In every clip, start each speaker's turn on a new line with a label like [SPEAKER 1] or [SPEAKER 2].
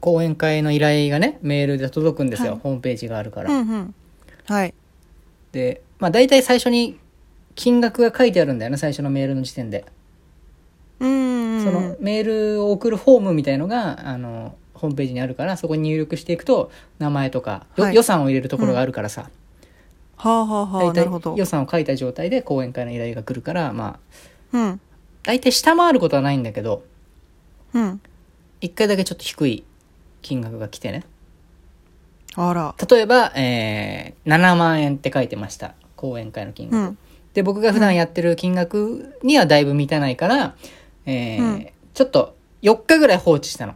[SPEAKER 1] 講演会の依頼がね、メールで届くんですよ。
[SPEAKER 2] はい
[SPEAKER 1] ホームページがあるから。
[SPEAKER 2] うんうんはい
[SPEAKER 1] で、まあ大体最初に金額が書いてあるんだよね、最初のメールの時点で。
[SPEAKER 2] うんうん
[SPEAKER 1] そのメールを送るフォームみたいのが、あの、ホームページにあるから、そこに入力していくと、名前とか、よ
[SPEAKER 2] はい
[SPEAKER 1] 予算を入れるところがあるからさ、
[SPEAKER 2] はあはあはあ
[SPEAKER 1] 大
[SPEAKER 2] な
[SPEAKER 1] 体
[SPEAKER 2] るほど
[SPEAKER 1] 予算を書いた状態で講演会の依頼が来るから、まあ、
[SPEAKER 2] うん
[SPEAKER 1] 大体下回ることはないんだけど、
[SPEAKER 2] うん
[SPEAKER 1] 一回だけちょっと低い金額が来てね。
[SPEAKER 2] あら
[SPEAKER 1] 例えば、えー、7万円って書いてました。講演会の金
[SPEAKER 2] う
[SPEAKER 1] 額。
[SPEAKER 2] ん
[SPEAKER 1] で、僕が普段やってる金額にはだいぶ満たないから、えー
[SPEAKER 2] うん
[SPEAKER 1] ちょっと4日ぐらい放置したの。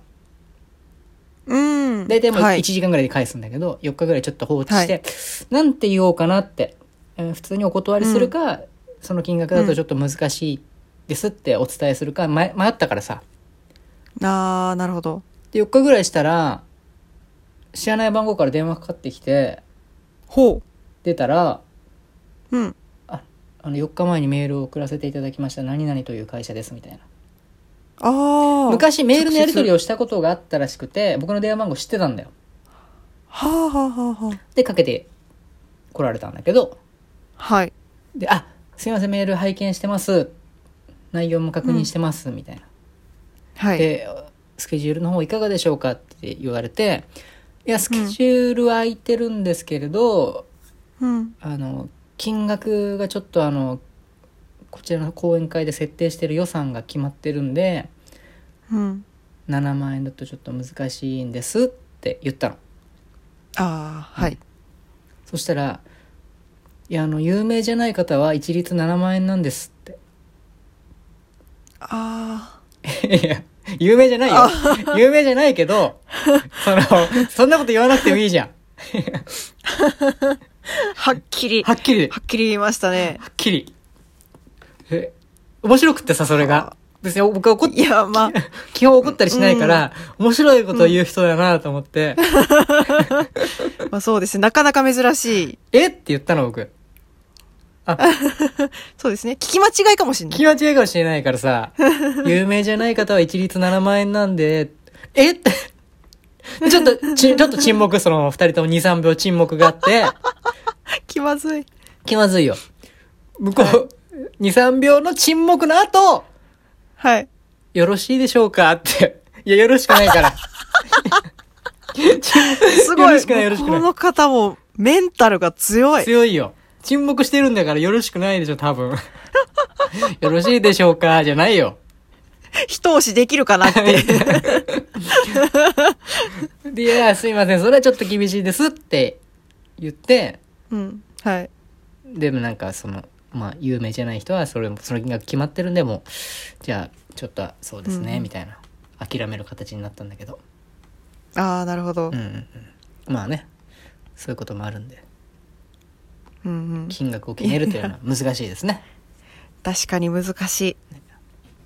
[SPEAKER 2] うん
[SPEAKER 1] 大体もう
[SPEAKER 2] は
[SPEAKER 1] 1
[SPEAKER 2] い
[SPEAKER 1] 時間ぐらいで返すんだけど、4日ぐらいちょっと放置して、
[SPEAKER 2] は
[SPEAKER 1] なんて言おうかなって、えー普通にお断りするか、その金額だとちょっと難しいですってお伝えするか、迷迷ったからさ。
[SPEAKER 2] あーなるほど
[SPEAKER 1] で、4日ぐらいしたら、知らない番号から電話かかってきて、
[SPEAKER 2] ほ
[SPEAKER 1] 出たら、
[SPEAKER 2] ううん
[SPEAKER 1] あの4日前にメールを送らせていただきました何々という会社ですみたいな
[SPEAKER 2] ああ
[SPEAKER 1] 昔メールのやり取り
[SPEAKER 2] を
[SPEAKER 1] をしたことがあったらしくて僕の電話番号知ってたんだよ
[SPEAKER 2] はあはあはあは
[SPEAKER 1] でかけて来られたんだけど
[SPEAKER 2] あはい
[SPEAKER 1] で「あすいませんメール拝見してます内容も確認してます」みたいな、
[SPEAKER 2] はい
[SPEAKER 1] で「スケジュールの方いかがでしょうか?」って言われて「いやスケジュールは空いてるんですけれど、
[SPEAKER 2] うん
[SPEAKER 1] あの金額がちょっとあのこちらの講演会で設定してる予算が決まってるんで」
[SPEAKER 2] うん
[SPEAKER 1] 7万円だとちょっと難しいんですって言ったの
[SPEAKER 2] ああはい
[SPEAKER 1] そしたら「いやあの有名じゃない方は一律7万円なんです」って
[SPEAKER 2] あ
[SPEAKER 1] いや有名じゃないよ 有名じゃないけどそのそんなこと言わなくてもいいじゃん
[SPEAKER 2] あはっきり
[SPEAKER 1] はっきりは
[SPEAKER 2] はっきり言いましたね
[SPEAKER 1] っきりえ面白くってさそれが別に僕は怒っ
[SPEAKER 2] いやまあ
[SPEAKER 1] 基本怒ったりしないから、面白いことを言う人だなと思って「
[SPEAKER 2] まあそうですね。なかなか珍しい。
[SPEAKER 1] えっ?」て言ったの僕
[SPEAKER 2] そうですね。聞き間違いかもしれない。
[SPEAKER 1] 気持ちいいかもしれないからさ、有名じゃない方は一律7万円なんで、え って、ちょっと、ち、ちょっと沈黙、その二人とも2、3秒沈黙があって、
[SPEAKER 2] 気まずい。
[SPEAKER 1] 気まずいよ。向こう、2、3秒の沈黙の後、
[SPEAKER 2] はい。
[SPEAKER 1] よろしいでしょうかって。いや、よろしくないから。
[SPEAKER 2] す
[SPEAKER 1] よ
[SPEAKER 2] ご
[SPEAKER 1] ろ
[SPEAKER 2] い。
[SPEAKER 1] しくないよろしくない
[SPEAKER 2] この方もメンタルが強い。
[SPEAKER 1] 強いよ。沈黙してるんだからよろしくないでしょ、多 分。よろしいでしょうかじゃないよ。
[SPEAKER 2] 一押しできるかなって。
[SPEAKER 1] で、いや、すいません、それはちょっと厳しいですって言って、
[SPEAKER 2] うん。はい。
[SPEAKER 1] でもなんかそのまあ有名じゃない人はそれもその金額決まってるんでもうじゃあちょっとそうですね、
[SPEAKER 2] うん
[SPEAKER 1] みたいな諦める形になったんだけど
[SPEAKER 2] ああ、なるほど
[SPEAKER 1] うん。うんうんまあねそういうこともあるんで
[SPEAKER 2] うんうん。
[SPEAKER 1] 金額を決めるというのは難しいですね
[SPEAKER 2] 確かに難しい。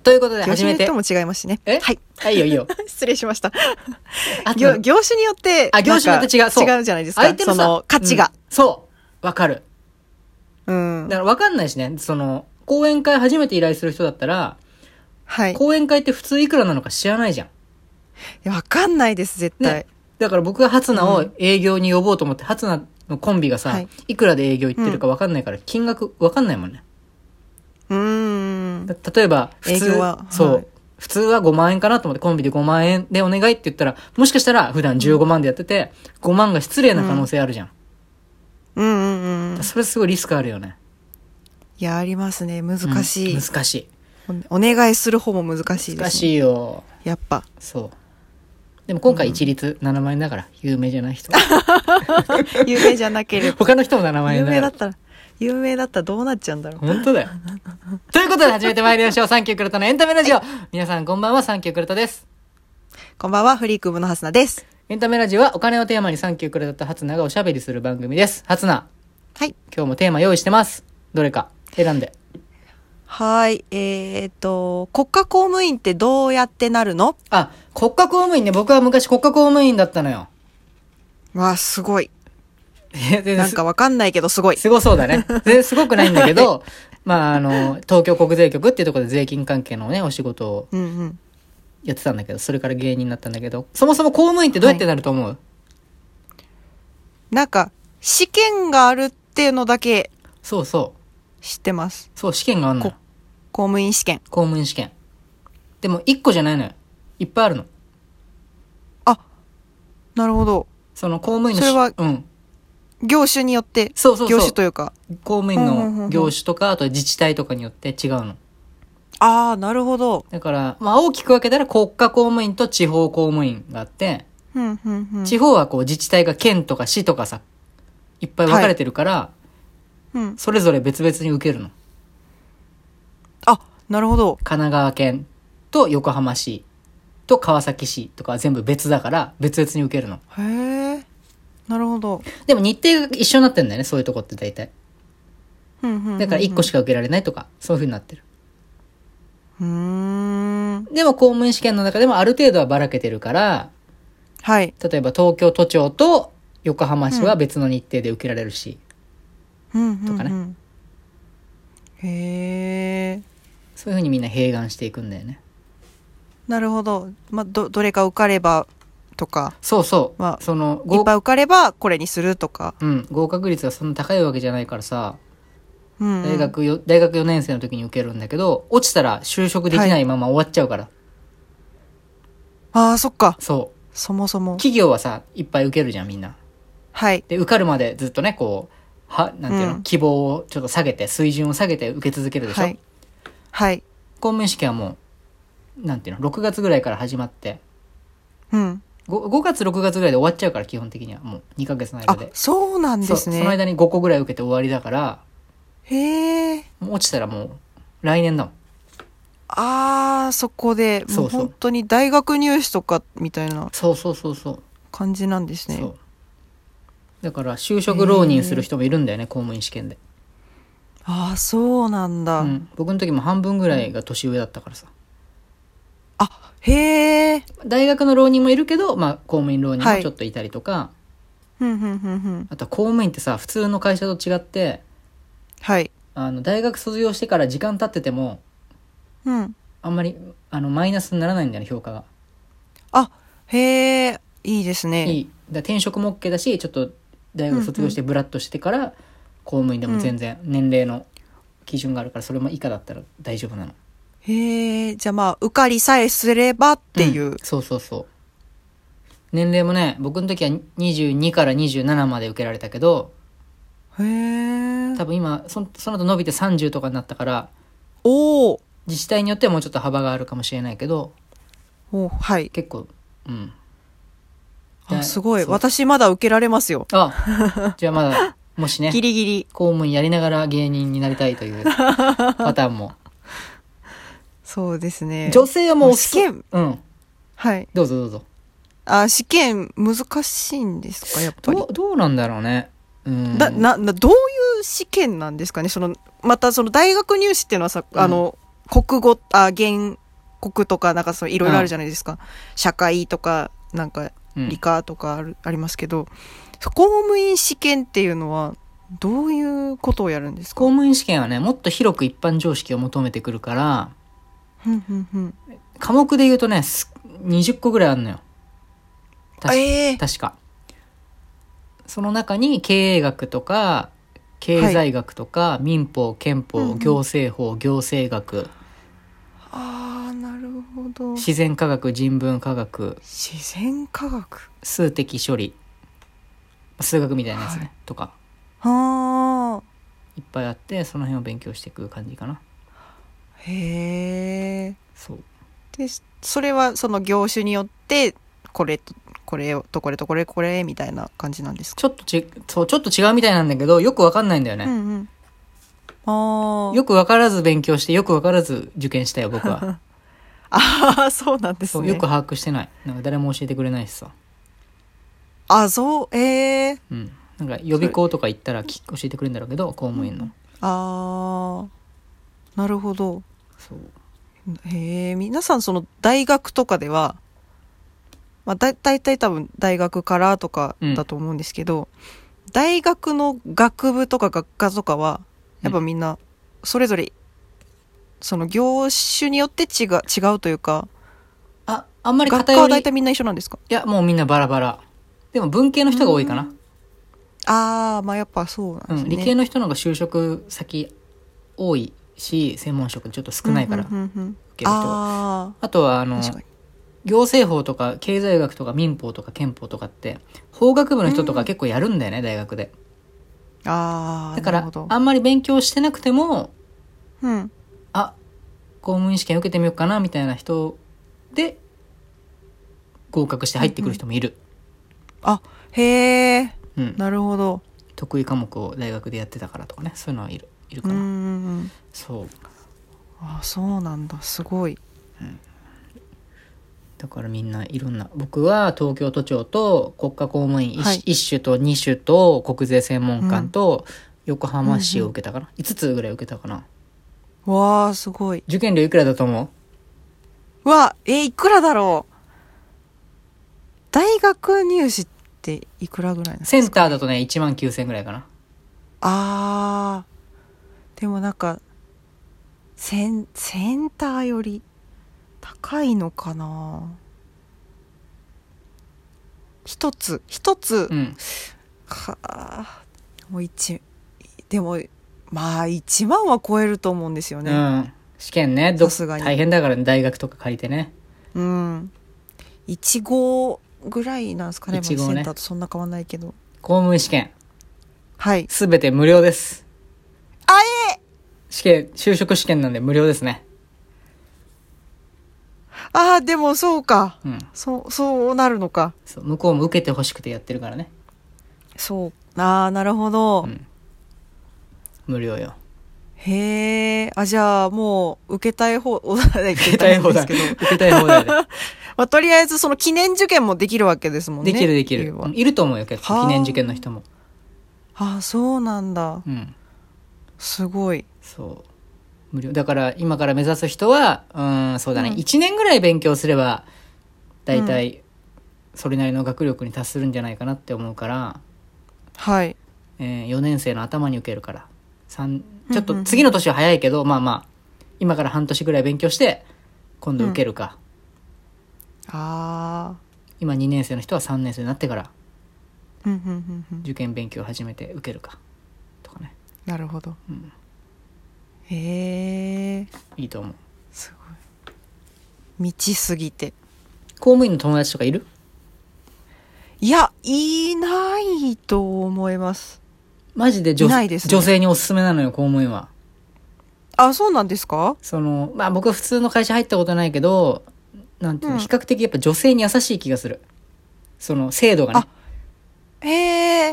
[SPEAKER 1] ということ で
[SPEAKER 2] 業
[SPEAKER 1] 初
[SPEAKER 2] 種
[SPEAKER 1] め
[SPEAKER 2] によってても違いますしね。
[SPEAKER 1] え
[SPEAKER 2] はい。
[SPEAKER 1] はいいいよいいよ
[SPEAKER 2] 失礼しました。
[SPEAKER 1] あと
[SPEAKER 2] 業業種によって。
[SPEAKER 1] あ業種によって違うそう
[SPEAKER 2] 違うじゃないですか。
[SPEAKER 1] 相手の
[SPEAKER 2] そ
[SPEAKER 1] さ
[SPEAKER 2] の価値が
[SPEAKER 1] うん。そうわかる
[SPEAKER 2] うん
[SPEAKER 1] だか。らわかんないしねその講演会初めて依頼する人だったら
[SPEAKER 2] はい。い
[SPEAKER 1] 講演会って普通いくらなのか知らないじゃん
[SPEAKER 2] やわかんないです、絶対
[SPEAKER 1] ね。だから僕がハツナ
[SPEAKER 2] う
[SPEAKER 1] を
[SPEAKER 2] ん
[SPEAKER 1] 営業に呼ぼうと思って、ハツナのコンビがさ、
[SPEAKER 2] はいい、
[SPEAKER 1] くらで営業行ってるか分かんないから、金額分かんないもんね。
[SPEAKER 2] うーん。
[SPEAKER 1] だ例えば、普通
[SPEAKER 2] 営業ははい
[SPEAKER 1] そう、普通は5万円かなと思って、コンビで5万円でお願いって言ったら、もしかしたら普段15万でやってて、5万が失礼な可能性あるじゃん。
[SPEAKER 2] うんうんうん。
[SPEAKER 1] それすごいリスクあるよね。
[SPEAKER 2] いや、ありますね。難しい。
[SPEAKER 1] うん難し
[SPEAKER 2] お願いする方も難しい
[SPEAKER 1] い。
[SPEAKER 2] で
[SPEAKER 1] 難
[SPEAKER 2] す、ね。
[SPEAKER 1] しいよ。
[SPEAKER 2] やっぱ。
[SPEAKER 1] そう。でも今回一律7万円だから、有名じゃない 人。
[SPEAKER 2] 有名じゃな ければ。
[SPEAKER 1] 他の人も7万
[SPEAKER 2] 有
[SPEAKER 1] 円だか
[SPEAKER 2] 名だ
[SPEAKER 1] ら
[SPEAKER 2] っ。たら、有名だったらどうなっちゃうんだろう。
[SPEAKER 1] 本当 だよ。ということで始めてまいりましょう。サンキュークルトのエンタメラジオ。皆さんこんばんは、サンキュークルトです。
[SPEAKER 2] こんばんは、フリークームのハスナです。
[SPEAKER 1] エンタメラジオはお金をテーマにサンキュークルトとハツナがおしゃべりする番組です。ハツナ、
[SPEAKER 2] はい。
[SPEAKER 1] 今日もテーマ用意してます。どれか選んで。
[SPEAKER 2] はーい。えーっと、国家公務員ってどうやってなるの
[SPEAKER 1] あ、国家公務員ね、僕は昔国家公務員だったのよ。
[SPEAKER 2] わあ、すごい。
[SPEAKER 1] 全然
[SPEAKER 2] なんかわかんないけど、すごい。
[SPEAKER 1] すごそうだね。全然すごくないんだけど、まあ、あの、東京国税局っていうところで税金関係のね、お仕事を
[SPEAKER 2] うんうん。
[SPEAKER 1] やってたんだけど、それから芸人になったんだけど、そもそも公務員ってどうやってなると思う、
[SPEAKER 2] なんか、試験があるっていうのだけ
[SPEAKER 1] そうそう。
[SPEAKER 2] 知ってます。
[SPEAKER 1] そう、試験があんのよ
[SPEAKER 2] こ。公務員試験。
[SPEAKER 1] 公務員試験。でも、一個じゃないのよ。いっぱいあるの。
[SPEAKER 2] なるほど。
[SPEAKER 1] その公務員のし
[SPEAKER 2] それは
[SPEAKER 1] うん。
[SPEAKER 2] 業種によって、
[SPEAKER 1] そうそうそう。
[SPEAKER 2] 業種というか。
[SPEAKER 1] 公務員
[SPEAKER 2] うんうんうんう
[SPEAKER 1] の
[SPEAKER 2] ん
[SPEAKER 1] 業種とか、あと自治体とかによって違うの。
[SPEAKER 2] ああ、なるほど。
[SPEAKER 1] だから、まあ大きく分けたら国家公務員と地方公務員があって、
[SPEAKER 2] うん、うん、うん。
[SPEAKER 1] 地方はこう自治体が県とか市とかさ、いっぱい分かれてるから、
[SPEAKER 2] うん。
[SPEAKER 1] それぞれ別々に受けるの。
[SPEAKER 2] あ、なるほど。
[SPEAKER 1] 神奈川県と横浜市と川崎市とかは全部別だから、別々に受けるの。
[SPEAKER 2] へえ。なるほど。
[SPEAKER 1] でも日程が一緒になってんだよね、そういうとこって大体。
[SPEAKER 2] うん、うんうんうん。
[SPEAKER 1] だから1個しか受けられないとか、そういう風になってる。
[SPEAKER 2] うーん。
[SPEAKER 1] でも公務員試験の中でもある程度はばらけてるから、
[SPEAKER 2] はい。
[SPEAKER 1] 例えば東京都庁と横浜市は別の日程で受けられるし、
[SPEAKER 2] うん、うん。
[SPEAKER 1] とか
[SPEAKER 2] ね。へえ。
[SPEAKER 1] そういう風にみんな併願していくんだよね。
[SPEAKER 2] なるほど。まあ、ど、どれか受かれば、とか。
[SPEAKER 1] そうそう。
[SPEAKER 2] まあ
[SPEAKER 1] その、
[SPEAKER 2] いっ
[SPEAKER 1] 合
[SPEAKER 2] ぱい受かれば、これにするとか。
[SPEAKER 1] うん、合格率はそんな高いわけじゃないからさ、
[SPEAKER 2] うん、うん。
[SPEAKER 1] 大学よ、大学4年生の時に受けるんだけど、落ちたら就職できないまま終わっちゃうから。
[SPEAKER 2] ああ、そっか。
[SPEAKER 1] そ。
[SPEAKER 2] そもそうも。
[SPEAKER 1] 企業はさ、いっぱい受けるじゃん、みんな。
[SPEAKER 2] はい。
[SPEAKER 1] で、受かるまでずっとね、こう、は、なんていうの、
[SPEAKER 2] うん
[SPEAKER 1] 希望をちょっと下げて、水準を下げて受け続けるでしょ、
[SPEAKER 2] はい。はい。
[SPEAKER 1] 公務員試験はもう、なんていうの、6月ぐらいから始まって、
[SPEAKER 2] うん。
[SPEAKER 1] 5, 月、6月ぐらいで終わっちゃうから、基本的には。もう2ヶ月の間
[SPEAKER 2] あ
[SPEAKER 1] で、。
[SPEAKER 2] そうなん
[SPEAKER 1] そ
[SPEAKER 2] で
[SPEAKER 1] う
[SPEAKER 2] す
[SPEAKER 1] その
[SPEAKER 2] ね。
[SPEAKER 1] 間に5個ぐらい受けて終わりだから、
[SPEAKER 2] へえ。
[SPEAKER 1] もう落ちたらもう、来年だもん。
[SPEAKER 2] ああ、そこで、
[SPEAKER 1] そ
[SPEAKER 2] もう
[SPEAKER 1] うそう
[SPEAKER 2] 本当に大学入試とかみたいな
[SPEAKER 1] そうそうそうそう。
[SPEAKER 2] 感じなんです
[SPEAKER 1] そ
[SPEAKER 2] ね
[SPEAKER 1] う。だから就職浪人する人もいるんだよね、公務員試験で、
[SPEAKER 2] ああ、そうなん
[SPEAKER 1] う
[SPEAKER 2] だ。
[SPEAKER 1] ん、僕の時も半分ぐらいが年上だったからさ
[SPEAKER 2] あ、へえ。
[SPEAKER 1] 大学の浪人もいるけど、まあ、公務員浪人
[SPEAKER 2] は
[SPEAKER 1] も
[SPEAKER 2] い
[SPEAKER 1] ちょっといたりとか、
[SPEAKER 2] ふんふんふんふん。
[SPEAKER 1] あとは公務員ってさ普通の会社と違って
[SPEAKER 2] はい。
[SPEAKER 1] あの大学卒業してから時間経ってても
[SPEAKER 2] うん。
[SPEAKER 1] あんまりあのマイナスにならないんだよね評価が、
[SPEAKER 2] あ、へえ。いいですね。
[SPEAKER 1] いいだから転職も OK だしちょっと大学卒業してブラッとしてから、公務員でも全然年齢の基準があるからそれも以下だったら大丈夫なのっ
[SPEAKER 2] へえ。じゃあまあ、受かりさえすればっていう。
[SPEAKER 1] そうそうそう年齢もね僕の時は22から27まで受けられたけど
[SPEAKER 2] へえ。
[SPEAKER 1] 多分今そその後伸びて30とかになったから
[SPEAKER 2] おー
[SPEAKER 1] 自治体によってはもうちょっと幅があるかもしれないけど
[SPEAKER 2] お。はい。
[SPEAKER 1] 結構うん
[SPEAKER 2] あ、すごい。
[SPEAKER 1] そう
[SPEAKER 2] 私まだ受けられますよ。
[SPEAKER 1] あじゃあまだもし ね
[SPEAKER 2] ギリギリ。
[SPEAKER 1] 公務員やりながら芸人になりたいと いうパターンも
[SPEAKER 2] そうですね。
[SPEAKER 1] 女性はもう
[SPEAKER 2] もう試験
[SPEAKER 1] うん
[SPEAKER 2] はい。
[SPEAKER 1] どうぞどうぞ
[SPEAKER 2] あ、試験難しいんですか、やっぱり
[SPEAKER 1] ど。うどうなんだろうねうん
[SPEAKER 2] だ、な、な、どういう試験なんですかねその、またその大学入試っていうのはさ、
[SPEAKER 1] ん
[SPEAKER 2] あの、国語、あ、原国とか、なんかそのいろいろあるじゃないですか。社会とか、なんか
[SPEAKER 1] うん
[SPEAKER 2] 理科とかある、ありますけど、公務員試験っていうのは、どういうことをやるんですか
[SPEAKER 1] 公務員試験はねもっと広く一般常識を求めてくるから
[SPEAKER 2] ふんふんふん
[SPEAKER 1] 科目で言うとね、す20個ぐらいあるのよ。確か
[SPEAKER 2] ええ
[SPEAKER 1] 確か。その中に経営学とか、経済学とか、民法、憲法、
[SPEAKER 2] うんうん
[SPEAKER 1] 行政法、行政学、
[SPEAKER 2] ああ、なるほど。
[SPEAKER 1] 自然科学、人文科学、
[SPEAKER 2] 自然科学。
[SPEAKER 1] 数的処理、数学みたいなやつね、とか、
[SPEAKER 2] ああ。
[SPEAKER 1] いっぱいあって、その辺を勉強していく感じかな。
[SPEAKER 2] へえ。
[SPEAKER 1] そう。
[SPEAKER 2] でそれはその業種によってこれとこれとこれとこれこれみたいな感じなんですか、
[SPEAKER 1] ちょっとち、そう、ちょっと違うみたいなんだけど、よくわかんないんだよ
[SPEAKER 2] う
[SPEAKER 1] ね。
[SPEAKER 2] んうんああ
[SPEAKER 1] よくわからず勉強して、よくわからず受験したよ、僕は。
[SPEAKER 2] ああそうなん です
[SPEAKER 1] そう
[SPEAKER 2] ね
[SPEAKER 1] よく把握してないなんか誰も教えてくれないしさ、
[SPEAKER 2] あそうええ
[SPEAKER 1] うん、なんか予備校とか行ったらき教えてくれるんだろうけど公務員の、
[SPEAKER 2] ああなるほど
[SPEAKER 1] そう
[SPEAKER 2] へえ皆さんその大学とかではまあだ大体多分大学からとかだと思うんですけど、大学の学部とか学科とかはやっぱみんなそれぞれその業種によって違う違うというか
[SPEAKER 1] ああんまり
[SPEAKER 2] 学
[SPEAKER 1] 偏
[SPEAKER 2] 科は
[SPEAKER 1] り、
[SPEAKER 2] 大体
[SPEAKER 1] い
[SPEAKER 2] みんな一緒なんですか
[SPEAKER 1] や、もうみんなバラバラ。でも文系の人が多いかな。
[SPEAKER 2] ああ、まあやっぱそうなん
[SPEAKER 1] う
[SPEAKER 2] で
[SPEAKER 1] ん、
[SPEAKER 2] すね。
[SPEAKER 1] 理系の人の方が就職先多いし、専門職ちょっと少ないから、
[SPEAKER 2] うんうんうんうん
[SPEAKER 1] ける人は
[SPEAKER 2] あ
[SPEAKER 1] あとは、あ
[SPEAKER 2] あ、
[SPEAKER 1] の、
[SPEAKER 2] 確かに。
[SPEAKER 1] 行政法とか経済学とか民法とか憲法とかって、法学部の人とか結構やるんだよね、大学で。
[SPEAKER 2] ああ、
[SPEAKER 1] だか
[SPEAKER 2] な
[SPEAKER 1] ら
[SPEAKER 2] るほど、
[SPEAKER 1] あんまり勉強してなくても、
[SPEAKER 2] うん。
[SPEAKER 1] あ、公務員試験受けてみようかな、みたいな人で、合格して入ってくる人もいる。
[SPEAKER 2] あ、へえ、
[SPEAKER 1] うん。
[SPEAKER 2] なるほど。
[SPEAKER 1] 得意科目を大学でやってたからとかね、そういうのはいる、いるか
[SPEAKER 2] うん
[SPEAKER 1] な。
[SPEAKER 2] うんうん。
[SPEAKER 1] そう。
[SPEAKER 2] あ、そうなんだ。すごい。
[SPEAKER 1] だからみんないろんな僕は東京都庁と国家公務員 1,、
[SPEAKER 2] はい
[SPEAKER 1] 一種と2種と国税専門官と横浜市を受けたかな、5つぐらい受けたかな
[SPEAKER 2] わあ、すごい。
[SPEAKER 1] 受験料いくらだと思う
[SPEAKER 2] わあ、え、いくらだろう大学入試っていくらぐらいなんですか
[SPEAKER 1] センターだとね1万9000ぐらいかな
[SPEAKER 2] あーでもなんかセンセンターより高いのかな一つ一つ、
[SPEAKER 1] うん
[SPEAKER 2] はあもう一でもまあ1万は超えると思うんですよ
[SPEAKER 1] う
[SPEAKER 2] ね
[SPEAKER 1] ん試験ねど
[SPEAKER 2] さすがに
[SPEAKER 1] 大変だからね大学とか借りてね
[SPEAKER 2] うん1号ぐらいなんですかねまあ
[SPEAKER 1] 一号ね
[SPEAKER 2] センターとそんな変わんないけど
[SPEAKER 1] 公務員試験
[SPEAKER 2] はい
[SPEAKER 1] すべて無料です
[SPEAKER 2] あ
[SPEAKER 1] え試験就職試験なんで無料ですね
[SPEAKER 2] ああでもそうか
[SPEAKER 1] うん
[SPEAKER 2] そうそうなるのか
[SPEAKER 1] そう向こうも受けてほしくてやってるからね
[SPEAKER 2] そうああなるほど、
[SPEAKER 1] うん無料よ
[SPEAKER 2] へえ、あ、じゃあ、もう、受けたい方、受
[SPEAKER 1] 受けたい放題
[SPEAKER 2] けたいんですけど
[SPEAKER 1] 受けたい放題で
[SPEAKER 2] まあ、とりあえず、その記念受験もできるわけですもんね。
[SPEAKER 1] できるでき
[SPEAKER 2] 理由
[SPEAKER 1] る
[SPEAKER 2] は。
[SPEAKER 1] いると思うよ結
[SPEAKER 2] は
[SPEAKER 1] 構
[SPEAKER 2] あ
[SPEAKER 1] 記念受験の人も
[SPEAKER 2] ああ、そうなんだ。
[SPEAKER 1] うん
[SPEAKER 2] すごい。
[SPEAKER 1] そう無料だから今から目指す人はうんそうだね、
[SPEAKER 2] うん
[SPEAKER 1] 1年ぐらい勉強すれば大体それなりの学力に達するんじゃないかなって思うから、
[SPEAKER 2] はい。
[SPEAKER 1] え4年生の頭に受けるから三
[SPEAKER 2] うん
[SPEAKER 1] ちょっと次の年は早いけど、まあまあ今から半年ぐらい勉強して今度受けるか、
[SPEAKER 2] あ
[SPEAKER 1] 今2年生の人は3年生になってから
[SPEAKER 2] あ。うん、うん、うん、うん。
[SPEAKER 1] 受験勉強を始めて受けるかとかね
[SPEAKER 2] なるほど。
[SPEAKER 1] うん
[SPEAKER 2] へえ、
[SPEAKER 1] いいと思う
[SPEAKER 2] すごい。道すぎて。
[SPEAKER 1] 公務員の友達とかいる
[SPEAKER 2] いや、いないと思います。
[SPEAKER 1] マジで女
[SPEAKER 2] いないですね
[SPEAKER 1] 女性におすすめなのよ、公務員は。
[SPEAKER 2] あ、そうなんですか
[SPEAKER 1] その、まあ僕は普通の会社入ったことないけど、なんていうの、
[SPEAKER 2] うん
[SPEAKER 1] 比較的やっぱ女性に優しい気がする。その制度がね。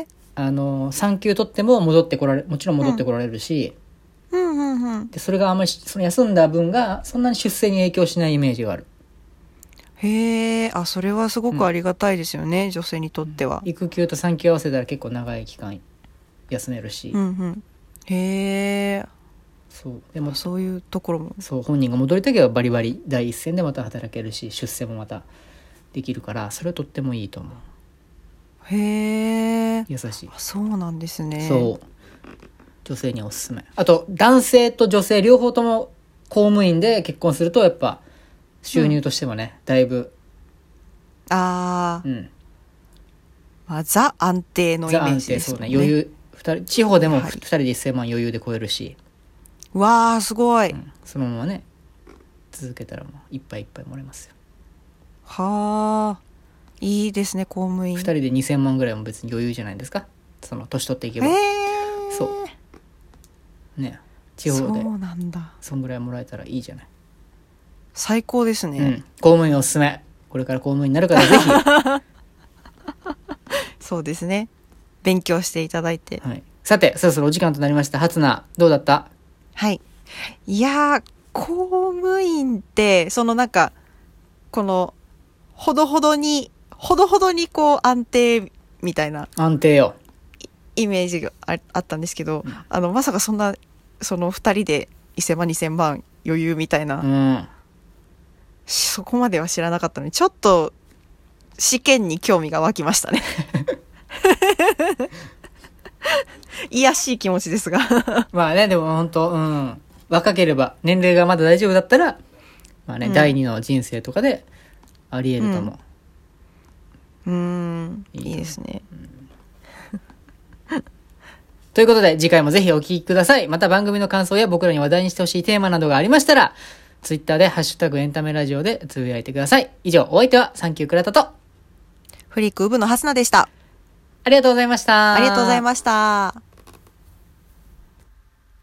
[SPEAKER 2] へえ。
[SPEAKER 1] あの、産休取っても戻ってこられ、もちろん戻ってこられるし、
[SPEAKER 2] うん、うん、うん。
[SPEAKER 1] で、それがあんまり、その休んだ分がそんなに出世に影響しないイメージがある。
[SPEAKER 2] へえ。あ、それはすごくありがたいですよね。女性にとっては。
[SPEAKER 1] 育休と産休合わせたら結構長い期間休めるし、
[SPEAKER 2] うんうん、へえ
[SPEAKER 1] そう。でも、
[SPEAKER 2] そういうところも
[SPEAKER 1] そう、本人が戻りたければバリバリ第一線でまた働けるし、出世もまたできるから、それはとってもいいと思う。
[SPEAKER 2] へえ
[SPEAKER 1] 優しい。
[SPEAKER 2] あそうなんですね
[SPEAKER 1] そう女性にはおすすめあと男性と女性両方とも公務員で結婚するとやっぱ収入としてもね、だいぶ、
[SPEAKER 2] あー、
[SPEAKER 1] うん、
[SPEAKER 2] まあ、ザ安定のイメ
[SPEAKER 1] ザ
[SPEAKER 2] ー
[SPEAKER 1] 安
[SPEAKER 2] ジで
[SPEAKER 1] 定
[SPEAKER 2] す
[SPEAKER 1] そ
[SPEAKER 2] も
[SPEAKER 1] うん
[SPEAKER 2] ね
[SPEAKER 1] ね余裕二人地方でも
[SPEAKER 2] はい
[SPEAKER 1] 2人で1000万余裕で超えるし、
[SPEAKER 2] わあすごい、
[SPEAKER 1] うんそのままね続けたらもういっぱいいっぱいもらえますよ
[SPEAKER 2] はあいいですね公務員
[SPEAKER 1] 2人で2000万ぐらいも別に余裕じゃないですかその年取っていけば
[SPEAKER 2] へえ
[SPEAKER 1] そうね地方で
[SPEAKER 2] そうなんだ
[SPEAKER 1] そんぐらいもらえたらいいじゃない、
[SPEAKER 2] 最高です
[SPEAKER 1] う
[SPEAKER 2] ね、
[SPEAKER 1] ん、公務員おすすめこれから公務員になるからぜひ、 は
[SPEAKER 2] そうですね勉強していただいて
[SPEAKER 1] い、さてそろそろお時間となりました初菜どうだった
[SPEAKER 2] はい。いやー、公務員って、そのなんか、この、ほどほどに、ほどほどにこう安定みたいな
[SPEAKER 1] 安定よ
[SPEAKER 2] イメージがああったんですけど、
[SPEAKER 1] うん
[SPEAKER 2] あの、まさかそんな、その二人で1000万2000万余裕みたいな、
[SPEAKER 1] うん
[SPEAKER 2] そこまでは知らなかったのに、ちょっと試験に興味が湧きま したね。 癒やしい気持ちですが。
[SPEAKER 1] まあねでも本当うん若ければ年齢がまだ大丈夫だったらまあね、
[SPEAKER 2] うん
[SPEAKER 1] 第二の人生とかでありえるかも。
[SPEAKER 2] うーん
[SPEAKER 1] いいね
[SPEAKER 2] いいですね
[SPEAKER 1] ということで、次回もぜひお聞きください。また番組の感想や僕らに話題にしてほしいテーマなどがありましたら、ツイッターでハッシュタグエンタメラジオでつぶやいてください。以上、お相手はサンキュー倉田と、
[SPEAKER 2] フリークウブのハスナでした
[SPEAKER 1] ありがとうございました。
[SPEAKER 2] ありがとうございました